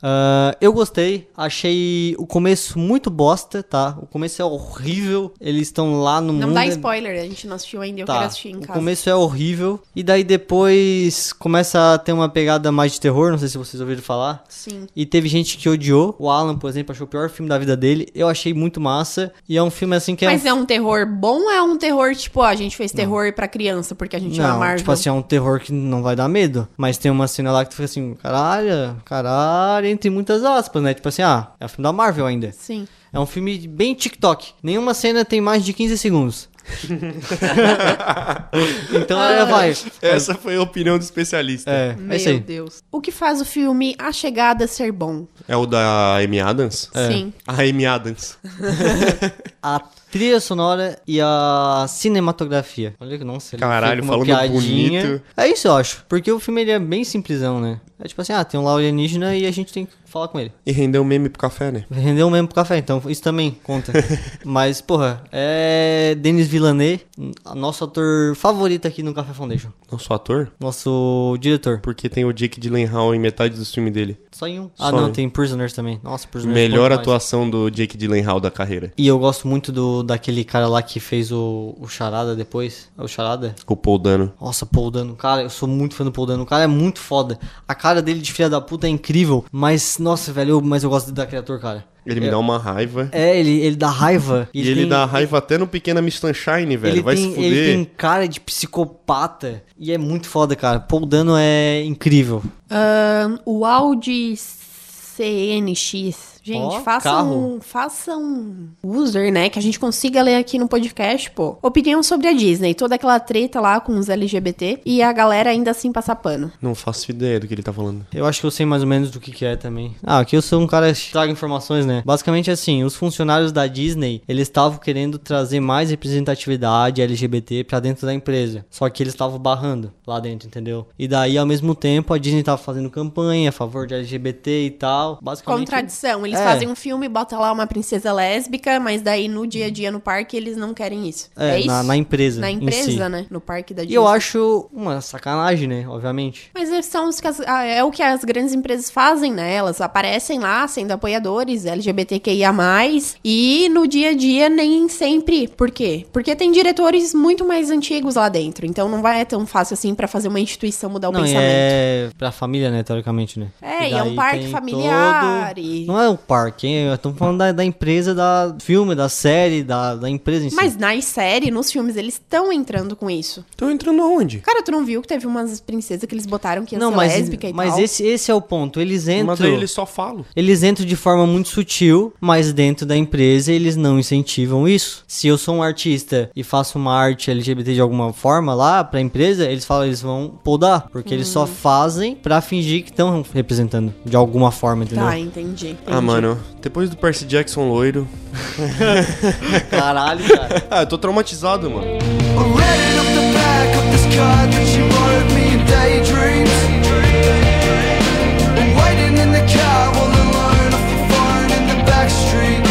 S2: ah, eu gostei, achei o começo muito bosta, tá? O começo é horrível. Eles estão lá no mundo. é
S5: Não dá spoiler, a gente não assistiu ainda, eu quero assistir em
S2: Um Tá, o
S5: casa.
S2: começo é horrível. E daí depois começa a ter uma pegada mais de terror, não sei se vocês ouviram falar.
S5: Sim.
S2: E teve gente que odiou. O Alan, por exemplo, achou o pior filme da vida dele. Eu achei muito massa. E é um filme assim que é.
S5: Mas é um terror bom ou é um terror, tipo, ó, a gente fez terror pra criança, porque a gente ama
S2: não,
S5: Marvel?
S2: tipo assim, é um terror que não vai dar medo. Mas tem uma cena lá que tu fica assim, caralho, caralho, entre muitas aspas, né? Tipo assim, ah, é um filme da Marvel ainda.
S5: Sim.
S2: É um filme bem TikTok. Nenhuma cena tem mais de 15 segundos. então
S5: Ah.
S2: é, vai.
S4: Essa foi a opinião do especialista. É,
S2: É, é isso aí.
S5: Deus. O que faz o filme A Chegada ser bom?
S4: É o da Amy Adams?
S5: Sim.
S4: A Amy Adams.
S2: A trilha sonora e a cinematografia. Olha que não sei.
S4: Caralho, falando bonito.
S2: É isso, eu acho. Porque o filme ele é bem simplesão, né? É tipo assim, ah, tem um lá alienígena e a gente tem que falar com ele.
S4: E rendeu um meme pro café, né?
S2: Rendeu mesmo pro café, então isso também conta. Mas, porra, é Denis Villeneuve, nosso ator favorito aqui no Café Foundation.
S4: Não sou ator?
S2: Nosso diretor.
S4: Porque tem o Jake Gyllenhaal em metade do filme dele.
S2: Só em um. Ah,
S4: Só
S2: não,
S4: em-
S2: tem Prisoners também. Nossa, Prisoners. é bom
S4: Melhor
S2: demais.
S4: atuação do Jake Gyllenhaal da carreira.
S2: E eu gosto muito do daquele cara lá que fez o, o Charada depois. É o Charada?
S4: O Paul Dano.
S2: Nossa, Paul Dano, cara, eu sou muito fã do Paul Dano, o cara é muito foda. A cara dele de filha da puta é incrível, mas, nossa, velho, eu- mas eu gosto daquele ator, cara.
S4: Ele me dá um uma raiva.
S2: É, ele, ele dá raiva.
S4: É. e ele
S2: tem-
S4: dá raiva até no Pequena Miss Sunshine, velho.
S2: ele
S4: Vai
S2: tem,
S4: se fuder.
S2: Ele tem cara de psicopata e é muito foda, cara. Paul Dano é incrível.
S5: Ahn, o Audi CNX Gente,
S2: Ó,
S5: faça
S2: carro.
S5: um, faça um user, né, que a gente consiga ler aqui no podcast, pô. Opinião sobre a Disney, toda aquela treta lá com os LGBT e a galera ainda assim passar pano.
S4: Não faço ideia do que ele tá falando.
S2: Eu acho que eu sei mais ou menos do que, que é também. Ah, aqui eu sou um cara que traga informações, né? Basicamente assim, os funcionários da Disney, eles estavam querendo trazer mais representatividade LGBT pra dentro da empresa. Só que eles estavam barrando lá dentro, entendeu? E daí, ao mesmo tempo, a Disney tava fazendo campanha a favor de LGBT e tal. Basicamente...
S5: Contradição, eles
S2: É.
S5: fazem um filme, bota lá uma princesa lésbica, mas daí no dia a dia no parque eles não querem isso. É,
S2: É,
S5: isso?
S2: na, na empresa.
S5: Na
S2: em
S5: empresa,
S2: si.
S5: né? No parque da
S2: E
S5: Disney.
S2: eu acho uma sacanagem, né? Obviamente.
S5: Mas eles são os que as- ah, é o que as grandes empresas fazem, né? Elas aparecem lá sendo apoiadores LGBTQIA+, e no dia a dia nem sempre. Por quê? Porque tem diretores muito mais antigos lá dentro, então não vai é tão fácil assim pra fazer uma instituição mudar o
S2: Não, e
S5: pensamento.
S2: é pra família, né? Teoricamente, né?
S5: É, e é
S2: daí
S5: um parque
S2: tem
S5: familiar
S2: todo-
S5: e-
S2: Não é um parque, hein? Estamos falando da, da empresa, da do filme, da série, da, da empresa em si.
S5: Mas nas séries, nos filmes, eles estão entrando com isso.
S4: Tô Então entrando aonde?
S5: Cara, tu não viu que teve umas princesas que eles botaram que ia
S2: não,
S5: ser
S2: mas,
S5: lésbica e
S2: mas
S5: tal?
S2: esse, esse é o ponto. Eles
S4: Mas
S2: entram.
S4: aí ele só fala.
S2: Eles entram de forma muito sutil, mas dentro da empresa eles não incentivam isso. Se eu sou um artista e faço uma arte LGBT de alguma forma lá pra empresa, eles falam eles vão podar, porque eles
S5: Uhum.
S2: só fazem pra fingir que estão representando de alguma forma, entendeu?
S5: Tá, entendi.
S4: Ah,
S5: entendi.
S4: mano, depois do Percy Jackson loiro.
S2: Caralho, cara.
S4: Ah, eu tô traumatizado, mano.
S3: Reading up the back of this card that she wrote me in daydreams. Waiting in the car all alone off the phone in the back street.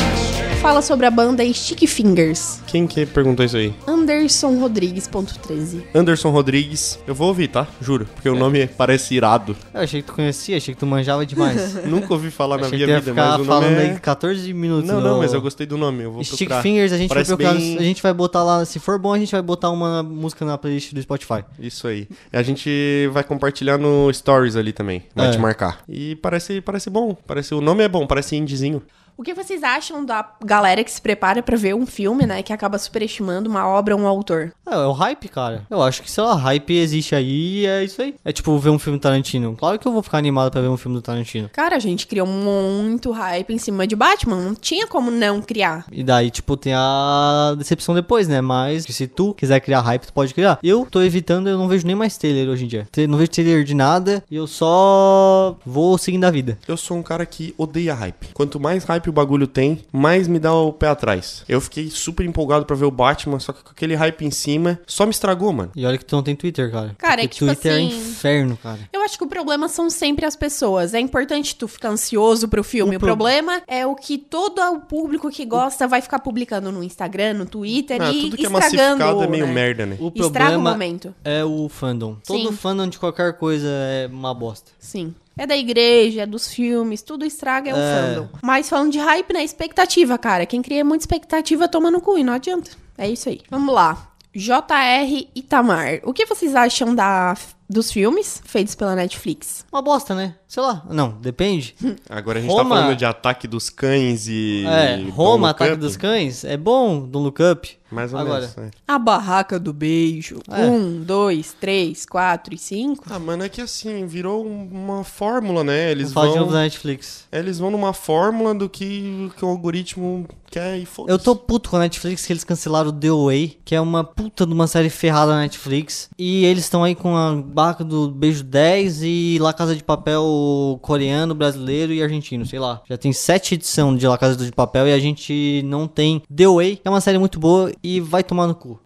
S5: Fala sobre a banda Stick Fingers.
S4: Quem que perguntou isso aí?
S5: Anderson Rodrigues.13.
S4: Anderson Rodrigues. Eu vou ouvir, tá? Juro. Porque
S2: É.
S4: o nome parece irado.
S2: Eu achei que tu conhecia, achei que tu manjava demais.
S4: Nunca ouvi falar na
S2: achei
S4: minha
S2: que tu ia
S4: vida,
S2: ficar
S4: mas o nome
S2: falando
S4: é...
S2: aí 14 minutos.
S4: Não,
S2: no-
S4: não, mas eu gostei do nome. Eu vou
S2: Stick
S4: procurar.
S2: Fingers, a gente
S4: Parece
S2: vai procurar.
S4: bem-
S2: A gente vai botar lá, se for bom, a gente vai botar uma música na playlist do Spotify.
S4: Isso aí. A gente vai compartilhar no Stories ali também. Vai
S2: É.
S4: te marcar. E parece, parece bom. Parece, o nome é bom, parece indizinho.
S5: O que vocês acham da galera que se prepara pra ver um filme, né? Que acaba superestimando uma obra ou um autor?
S2: É, é o hype, cara. Eu acho que, sei lá, hype existe aí e é isso aí. É tipo ver um filme do Tarantino. Claro que eu vou ficar animado pra ver um filme do Tarantino.
S5: Cara, a gente criou muito hype em cima de Batman. Não tinha como não criar.
S2: E daí, tipo, tem a decepção depois, né? Mas se tu quiser criar hype, tu pode criar. Eu tô evitando, eu não vejo nem mais trailer hoje em dia. Tra- Não vejo trailer de nada e eu só vou seguindo a vida.
S4: Eu sou um cara que odeia hype. Quanto mais hype o bagulho tem, mais me dá o pé atrás. Eu fiquei super empolgado pra ver o Batman, só que com aquele hype em cima, só me estragou, mano.
S2: E olha que tu não tem Twitter, cara.
S5: Cara, é
S2: Porque
S5: que, tipo
S2: Twitter é
S5: assim,
S2: inferno, cara.
S5: Eu acho que o problema são sempre as pessoas. É importante tu ficar ansioso pro filme.
S2: O
S5: O,
S2: pro-
S5: problema é o que todo o público que gosta vai ficar publicando no Instagram, no Twitter
S4: Ah,
S5: e
S4: tudo que é
S5: estragando.
S4: massificado é meio
S5: né?
S4: merda, né?
S2: O
S5: Estraga o
S2: problema
S5: momento.
S2: é o fandom.
S5: Sim.
S2: Todo fandom de qualquer coisa é uma bosta.
S5: Sim. É da igreja, é dos filmes, tudo estraga é o
S2: É.
S5: fandom. Mas falando de hype, né? Expectativa, cara. Quem cria muita expectativa toma no cu e não adianta. É isso aí. Vamos lá. JR Itamar. O que vocês acham da, dos filmes feitos pela Netflix?
S2: Uma bosta, né? Sei lá. Não, depende.
S4: Agora a gente
S2: Roma-
S4: tá falando de ataque dos cães e.
S2: É,
S4: e Don't
S2: Roma,
S4: Look
S2: Ataque
S4: Up.
S2: dos Cães, é bom do lookup.
S4: Mais ou
S2: Agora,
S4: menos. é.
S5: A Barraca do Beijo.
S2: É.
S5: Um, dois, três, quatro e cinco.
S4: Ah, mano, é que assim, virou um- uma fórmula, né? Eles
S2: Vamos falar de novo
S4: vão.
S2: da Netflix.
S4: Eles vão numa fórmula do que, que o algoritmo quer e foda
S2: Eu tô puto com a Netflix que eles cancelaram The Way, que é uma puta de uma série ferrada na Netflix. E eles estão aí com a barca do Beijo 10 e La Casa de Papel coreano, brasileiro e argentino, sei lá. Já tem sete edições de La Casa de Papel e a gente não tem The Way, que é uma série muito boa e vai tomar no cu.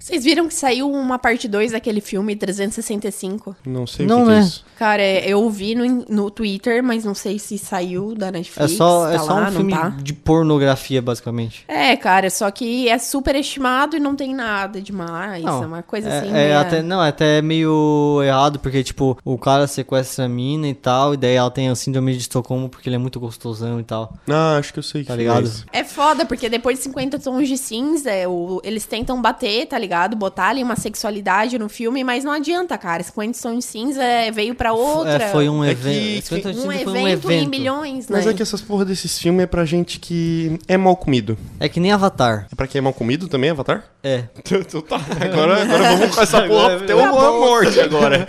S5: Vocês viram que saiu uma parte 2 daquele filme 365?
S4: Não sei
S2: Não,
S4: o que, que
S2: né?
S4: é isso.
S5: Cara, é, eu vi no, no Twitter, mas não sei se saiu da
S2: É
S5: Netflix.
S2: só,
S5: tá
S2: é só
S5: lá,
S2: um
S5: não
S2: filme
S5: tá.
S2: de pornografia, basicamente.
S5: É, cara, só que é super estimado e não tem nada demais.
S2: Não,
S5: é uma coisa
S2: É,
S5: assim.
S2: é
S5: meia-
S2: até, não, é até meio errado, porque, tipo, o cara sequestra a mina e tal, e daí ela tem a síndrome de Estocolmo porque ele é muito gostosão e tal.
S4: Ah, acho que eu sei que
S2: Tá
S4: filme
S2: ligado?
S4: é esse.
S5: É foda, porque depois de 50 tons de cinza, é, o- eles tentam bater, tá ligado? Botar ali uma sexualidade no filme, mas não adianta, cara. 50 tons de cinza é, veio pra outra.
S2: É, foi um
S4: É
S2: evento.
S4: que-
S2: Esse evento
S5: um
S2: foi
S5: evento,
S2: um
S5: em
S2: evento.
S5: milhões, né?
S4: Mas é que essas porra desses filmes é pra gente que é mal comido.
S2: É que nem Avatar.
S4: É pra quem é mal comido também, Avatar?
S2: É.
S4: Então tá. Agora, agora vamos com essa porra até o
S2: Tá bom.
S4: a morte agora.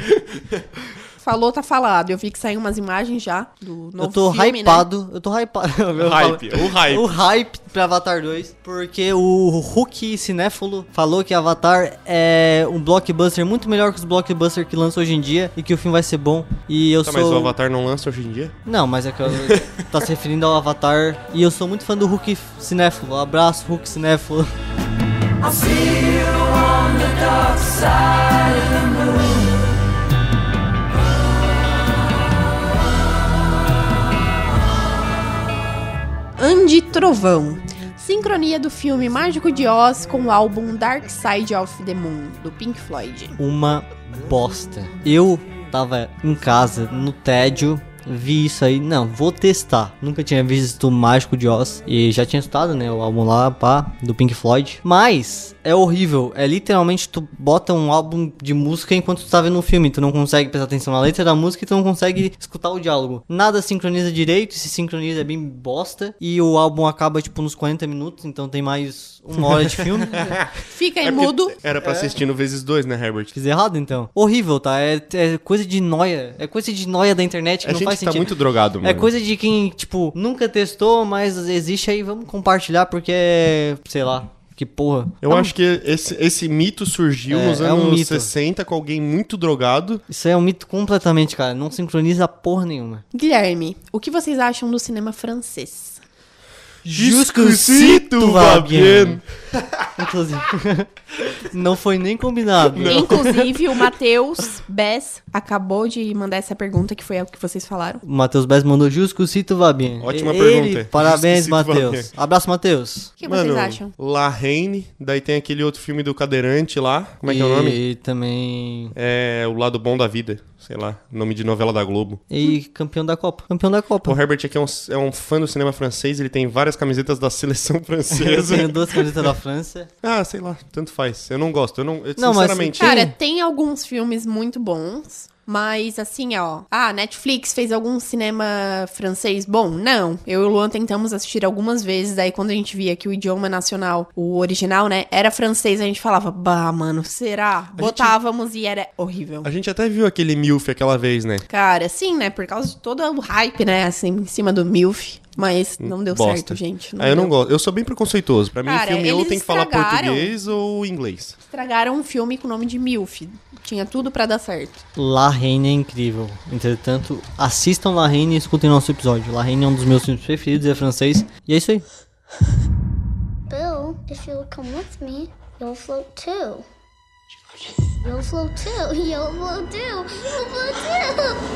S5: falou, tá falado. Eu vi que saiu umas imagens já do novo
S2: eu tô
S5: filme, né?
S2: hypado, eu tô hypado. Eu falo-
S7: hype, o hype.
S2: O hype pra Avatar 2, porque o Hulk Cinéfalo falou que Avatar é um blockbuster muito melhor que os blockbusters que lançam hoje em dia e que o filme vai ser bom. E eu
S4: Tá,
S2: sou.
S4: mas o Avatar não lança hoje em dia?
S2: Não, mas é que eu... tá se referindo ao Avatar. E eu sou muito fã do Hulk Cinéfalo. Abraço, Hulk Cinéfalo.
S5: Andy Trovão. Sincronia do filme Mágico de Oz com o álbum Dark Side of the Moon, do Pink Floyd.
S2: Uma bosta. Eu tava em casa, no tédio. Vi isso aí, não, vou testar. Nunca tinha visto o Mágico de Oz e já tinha estudado, né? O álbum lá, pá, do Pink Floyd. Mas é horrível. É literalmente tu bota um álbum de música enquanto tu tá vendo um filme. Tu não consegue prestar atenção na letra da música e tu não consegue escutar o diálogo. Nada sincroniza direito, se sincroniza é bem bosta. E o álbum acaba, tipo, nos 40 minutos, então tem mais uma hora de filme.
S5: Fica aí
S4: É porque
S5: mudo.
S4: Era pra assistir no vezes dois, né, Herbert?
S2: Fiz errado então. Horrível, tá? É, é coisa de noia. É coisa de noia da internet que
S7: A
S2: não
S7: gente tá
S2: faz sentido.
S7: muito drogado, mano.
S2: É coisa de quem, tipo, nunca testou, mas existe aí, vamos compartilhar porque é. sei lá, que porra.
S4: Eu acho que esse, esse mito surgiu
S2: Então, É,
S4: nos
S2: é um
S4: anos
S2: mito.
S4: 60 com alguém muito drogado.
S2: Isso aí é um mito completamente, cara. Não sincroniza porra nenhuma.
S5: Guilherme, o que vocês acham do cinema francês?
S2: Jusqu'ici, tu vas bien. Inclusive. não foi nem combinado.
S5: Inclusive, o Matheus Bess acabou de mandar essa pergunta, que foi o que vocês falaram.
S2: O Matheus Bez mandou Jusqu'ici, tu vas bien.
S4: Ótima
S2: Ele-
S4: pergunta.
S2: Parabéns,
S4: Jusqu'ici, tu vas
S2: Matheus. Abraço, Matheus.
S5: O que
S4: Mano,
S5: vocês acham?
S4: La Reine, daí tem aquele outro filme do Cadeirante lá. Como é que é o nome?
S2: E também.
S4: É O Lado Bom da Vida, sei lá, nome de novela da Globo.
S2: E campeão da Copa. Campeão da Copa.
S4: O Herbert aqui é um, é um fã do cinema francês, ele tem várias camisetas da seleção
S2: Eu
S4: francesa.
S2: tenho duas camisetas da França.
S4: ah, sei lá, tanto faz. Eu não gosto, eu não, eu,
S2: Não, mas-
S4: sinceramente.
S5: Cara, tem alguns filmes muito bons, mas assim, ó. Ah, Netflix fez algum cinema francês bom? Não. Eu e o Luan tentamos assistir algumas vezes, daí quando a gente via que o idioma nacional, o original, né, era francês, a gente falava, bah, mano, será? Botávamos e era horrível.
S4: A gente até viu aquele MILF aquela vez, né?
S5: Cara, sim, né? Por causa de todo o hype, né? Assim, em cima do MILF. Mas não deu
S4: Bosta.
S5: certo, gente.
S4: ah, eu não
S5: deu.
S4: gosto. Eu sou bem preconceituoso. Pra mim,
S5: Cara,
S4: filme ou
S5: eles
S4: tem que falar
S5: estragaram.
S4: português ou inglês.
S5: Estragaram um filme com o nome de MILF. Tinha tudo pra dar certo.
S2: La Reine é incrível. Entretanto, assistam La Reine e escutem nosso episódio. La Reine é um dos meus filmes preferidos, é francês. E é isso aí.
S8: Boo, if you'll come with me, you'll float too. You'll float too. You'll float too. You'll float too.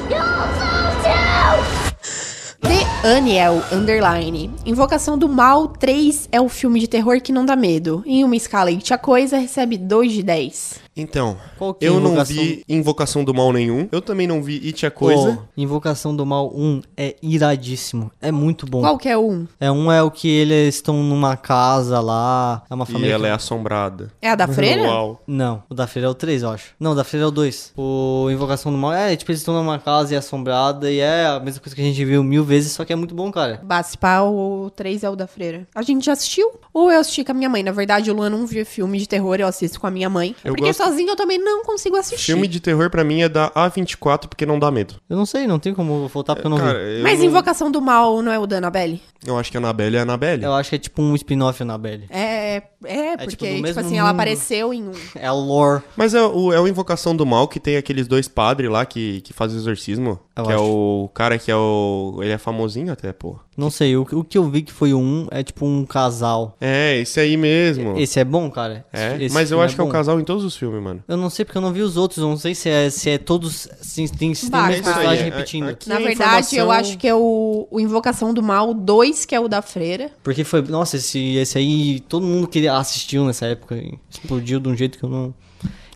S8: You'll float too.
S5: The Aniel Underline. Invocação do Mal 3 é o filme de terror que não dá medo. Em uma escala e a coisa, recebe 2 de 10.
S4: Então,
S2: Qual que é a
S4: eu não
S2: invocação?
S4: vi Invocação do Mal nenhum. Eu também não vi It a Coisa.
S2: Pô, Oh, Invocação do Mal 1 é iradíssimo. É muito bom.
S5: Qual que é um?
S2: É um é o que eles estão numa casa lá. É uma
S4: e
S2: família.
S4: ela
S2: que-
S4: é assombrada.
S5: É a da freira?
S4: Uau.
S2: Não, o da feira é o 3, eu acho. Não, o da feira é o 2. O Invocação do Mal é tipo eles estão numa casa e é assombrada. E é a mesma coisa que a gente viu mil vezes, só que é muito bom, cara.
S5: Baspal, o 3 é o da freira. A gente já assistiu? Ou eu assisti com a minha mãe? Na verdade, o Luan não viu filme de terror, eu assisto com a minha mãe.
S4: Eu
S5: porque
S4: gosto-
S5: sozinho eu também não consigo assistir.
S4: Filme de terror pra mim é da A24 porque não dá medo.
S2: Eu não sei, não tem como voltar porque eu não vi.
S4: Cara, eu
S5: Mas
S4: não-
S5: Invocação do Mal não é o da Annabelle?
S4: Eu acho que a Anabelle é a Anabelle.
S2: Eu acho que é tipo um spin-off Annabelle.
S5: É, é, porque,
S2: do
S5: tipo,
S2: mesmo
S5: assim, ela
S2: mundo.
S5: apareceu em um.
S2: É a lore.
S4: Mas é o, é o Invocação do Mal que tem aqueles dois padres lá que, que fazem exorcismo.
S2: Eu
S4: que é
S2: acho.
S4: o cara que é o. Ele é famosinho até, pô.
S2: Não sei, o, o que eu vi que foi um é tipo um casal.
S4: É, esse aí mesmo.
S2: Esse é bom, cara?
S4: É,
S2: Esse- esse
S4: mas eu
S2: filme
S4: acho que é o
S2: bom?
S4: casal em todos os filmes, mano.
S2: Eu não sei porque eu não vi os outros, eu não sei se é, se é todos. Se tem, se tem
S5: Bah,
S2: o mesmo
S5: cara.
S2: personagem
S4: É, é,
S2: repetindo.
S4: aqui- Que
S5: Tá. Na
S4: é
S5: verdade, eu
S4: informação-
S5: acho que é o, o Invocação do Mal 2, que é o da freira.
S2: Porque foi. Nossa, esse, esse aí todo mundo queria assistiu nessa época. e Explodiu de um jeito que eu não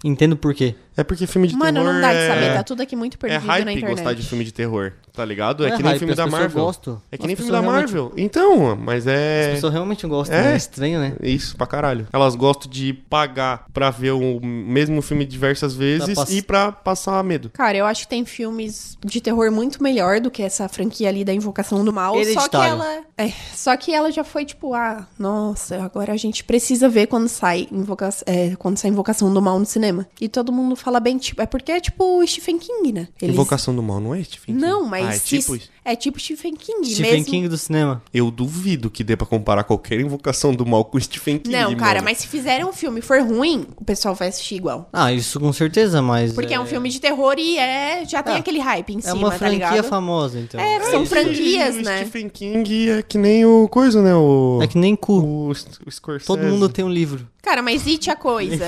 S2: entendo por quê.
S4: É porque filme de
S5: Mano,
S4: terror.
S5: não dá de
S4: é...
S5: saber, tá tudo aqui
S4: É
S5: muito perdido na
S4: hype
S5: internet.
S4: gostar de filme de terror, tá ligado? É,
S2: Não é
S4: que nem
S2: hype,
S4: filme
S2: as
S4: da
S2: pessoas
S4: Marvel.
S2: gostam.
S4: É que
S2: As
S4: nem filme
S2: pessoas
S4: da
S2: realmente-
S4: Marvel. Então, mas
S2: As
S4: é.
S2: pessoas realmente gostam,
S4: É.
S2: né? Estranho, né?
S4: Isso, pra caralho. Elas gostam de pagar pra ver o mesmo filme diversas vezes
S2: pass-
S4: e pra passar medo.
S5: Cara, eu acho que tem filmes de terror muito melhor do que essa franquia ali da Invocação do Mal. Só que
S2: Hereditário.
S5: ela. é, só que ela já foi tipo, ah, nossa, agora a gente precisa ver quando sai, invoca... é, quando sai Invocação do Mal no cinema. E todo mundo fala bem, tipo. É porque é tipo Stephen King, né? Eles-
S4: Invocação do Mal não é Stephen King?
S5: Não, mas.
S4: Ah, é
S5: se-
S4: tipo isso?
S5: é tipo Stephen King
S2: Stephen
S5: mesmo.
S2: King do cinema.
S4: Eu duvido que dê pra comparar qualquer Invocação do Mal com Stephen King,
S5: Não, cara,
S4: mano.
S5: mas se fizerem um filme e for ruim, o pessoal vai assistir igual.
S2: Ah, isso com certeza, mas.
S5: Porque é, um filme de terror e é, já tem
S2: É.
S5: aquele hype em
S2: É
S5: cima,
S2: uma
S5: tá
S2: franquia
S5: ligado?
S2: famosa, então.
S5: É, são franquias,
S4: E
S5: né?
S4: O Stephen King é que nem o coisa, né? O...
S2: É que nem cu.
S4: o, S- o Scorsese.
S2: Todo mundo tem um livro.
S5: Cara, mas It a Coisa.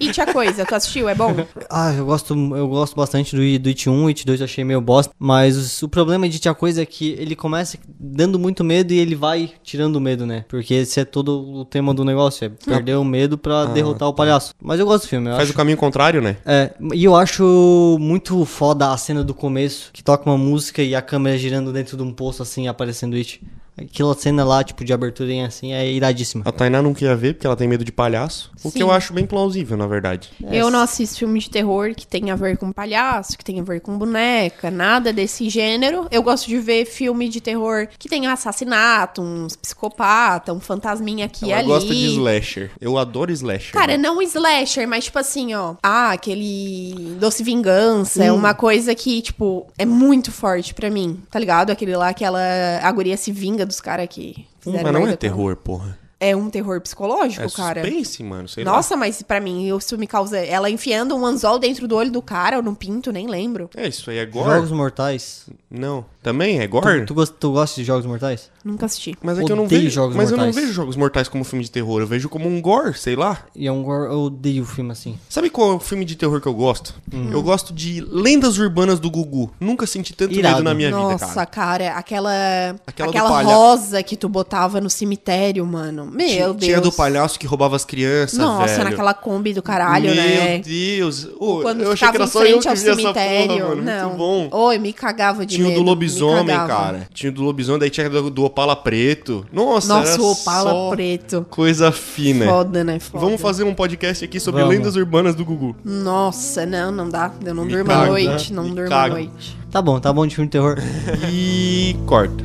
S5: It a Coisa, tu assistiu? É bom?
S2: Ah, eu gosto, eu gosto bastante do, I- do It 1, It 2 eu achei meio bosta. Mas os- o problema de Tia Coisa é que ele começa dando muito medo e ele vai tirando o medo, né? Porque esse é todo o tema do negócio, é perder o medo pra derrotar o palhaço. Mas eu gosto do filme, eu
S4: Ah, tá. Faz
S2: acho.
S4: o caminho contrário, né?
S2: É, e eu acho muito foda a cena do começo, que toca uma música e a câmera girando dentro de um poço, assim, aparecendo It. Aquela cena lá, tipo, de aberturinha, assim, é iradíssima.
S4: A Tainá não queria ver porque ela tem medo de palhaço. O
S5: Sim.
S4: que eu acho bem plausível, na verdade.
S2: É.
S5: Eu não assisto filme de terror que tem a ver com palhaço, que tem a ver com boneca, nada desse gênero. Eu gosto de ver filme de terror que tem assassinato, uns psicopata, um fantasminha aqui e
S4: ela
S5: ali.
S4: gosta de slasher. Eu adoro slasher. né?
S5: Cara, não slasher, mas tipo assim, ó. Ah, aquele Doce Vingança
S4: Hum.
S5: é uma coisa que, tipo, é muito forte pra mim, tá ligado? Aquele lá que ela. A guria se vinga dos caras que fizeram.
S4: Mas não
S5: merda
S4: é
S5: com-
S4: terror, porra.
S5: É um terror psicológico,
S4: É
S5: cara.
S4: suspense, mano. Sei
S5: Nossa, mas pra mim, isso me causa. Ela enfiando um anzol dentro do olho do cara, ou num pinto, nem lembro.
S4: lá. É, isso aí é gore?
S2: Jogos Mortais.
S4: Não. Também é
S2: Tu,
S4: gore?
S2: tu, gos- tu gosta de Jogos Mortais?
S5: Nunca assisti.
S4: Mas é que eu não
S2: Odeio
S4: vejo.
S2: Jogos
S4: mas eu não
S2: Mortais.
S4: vejo jogos mortais como filme de terror. Eu vejo como um gore, sei lá.
S2: E é um gore, eu odeio o filme assim.
S4: Sabe qual é o filme de terror que eu gosto?
S5: Hum.
S4: Eu gosto de Lendas Urbanas do Gugu. Nunca senti tanto
S2: Irado.
S4: medo na é minha vida,
S5: Nossa,
S4: cara.
S5: cara. aquela. Aquela,
S4: Aquela do palha-
S5: rosa que tu botava no cemitério, mano. Meu
S4: Tinha-
S5: Deus.
S4: Tinha do palhaço que roubava as crianças,
S5: Nossa,
S4: velho.
S5: naquela Kombi do caralho,
S4: Meu
S5: né?
S4: Deus. Ô,
S5: Quando
S4: eu achei
S5: ficava
S4: que era
S5: em
S4: só eu
S5: frente
S4: que
S5: ao
S4: vi essa porra,
S5: cemitério.
S4: mano.
S5: não.
S4: Muito bom.
S5: Oi, me cagava de
S4: Tinha o
S5: medo.
S4: do
S5: me
S4: lobisomem,
S5: cagava.
S4: cara. Tinha o do lobisomem, daí tinha do, do opala preto. Nossa,
S5: Nossa,
S4: era
S5: o Opala
S4: só
S5: preto.
S4: Coisa fina.
S5: Foda, né? Foda.
S4: Vamos fazer um podcast aqui sobre
S2: Vamos.
S4: lendas urbanas do Gugu.
S5: Nossa, não, não dá. Eu não
S4: Me
S5: durmo à
S4: cago,
S5: noite.
S4: né?
S5: Não
S4: Me
S5: durmo à
S4: cago.
S5: noite.
S2: Tá bom, tá bom de filme de terror.
S4: E corta.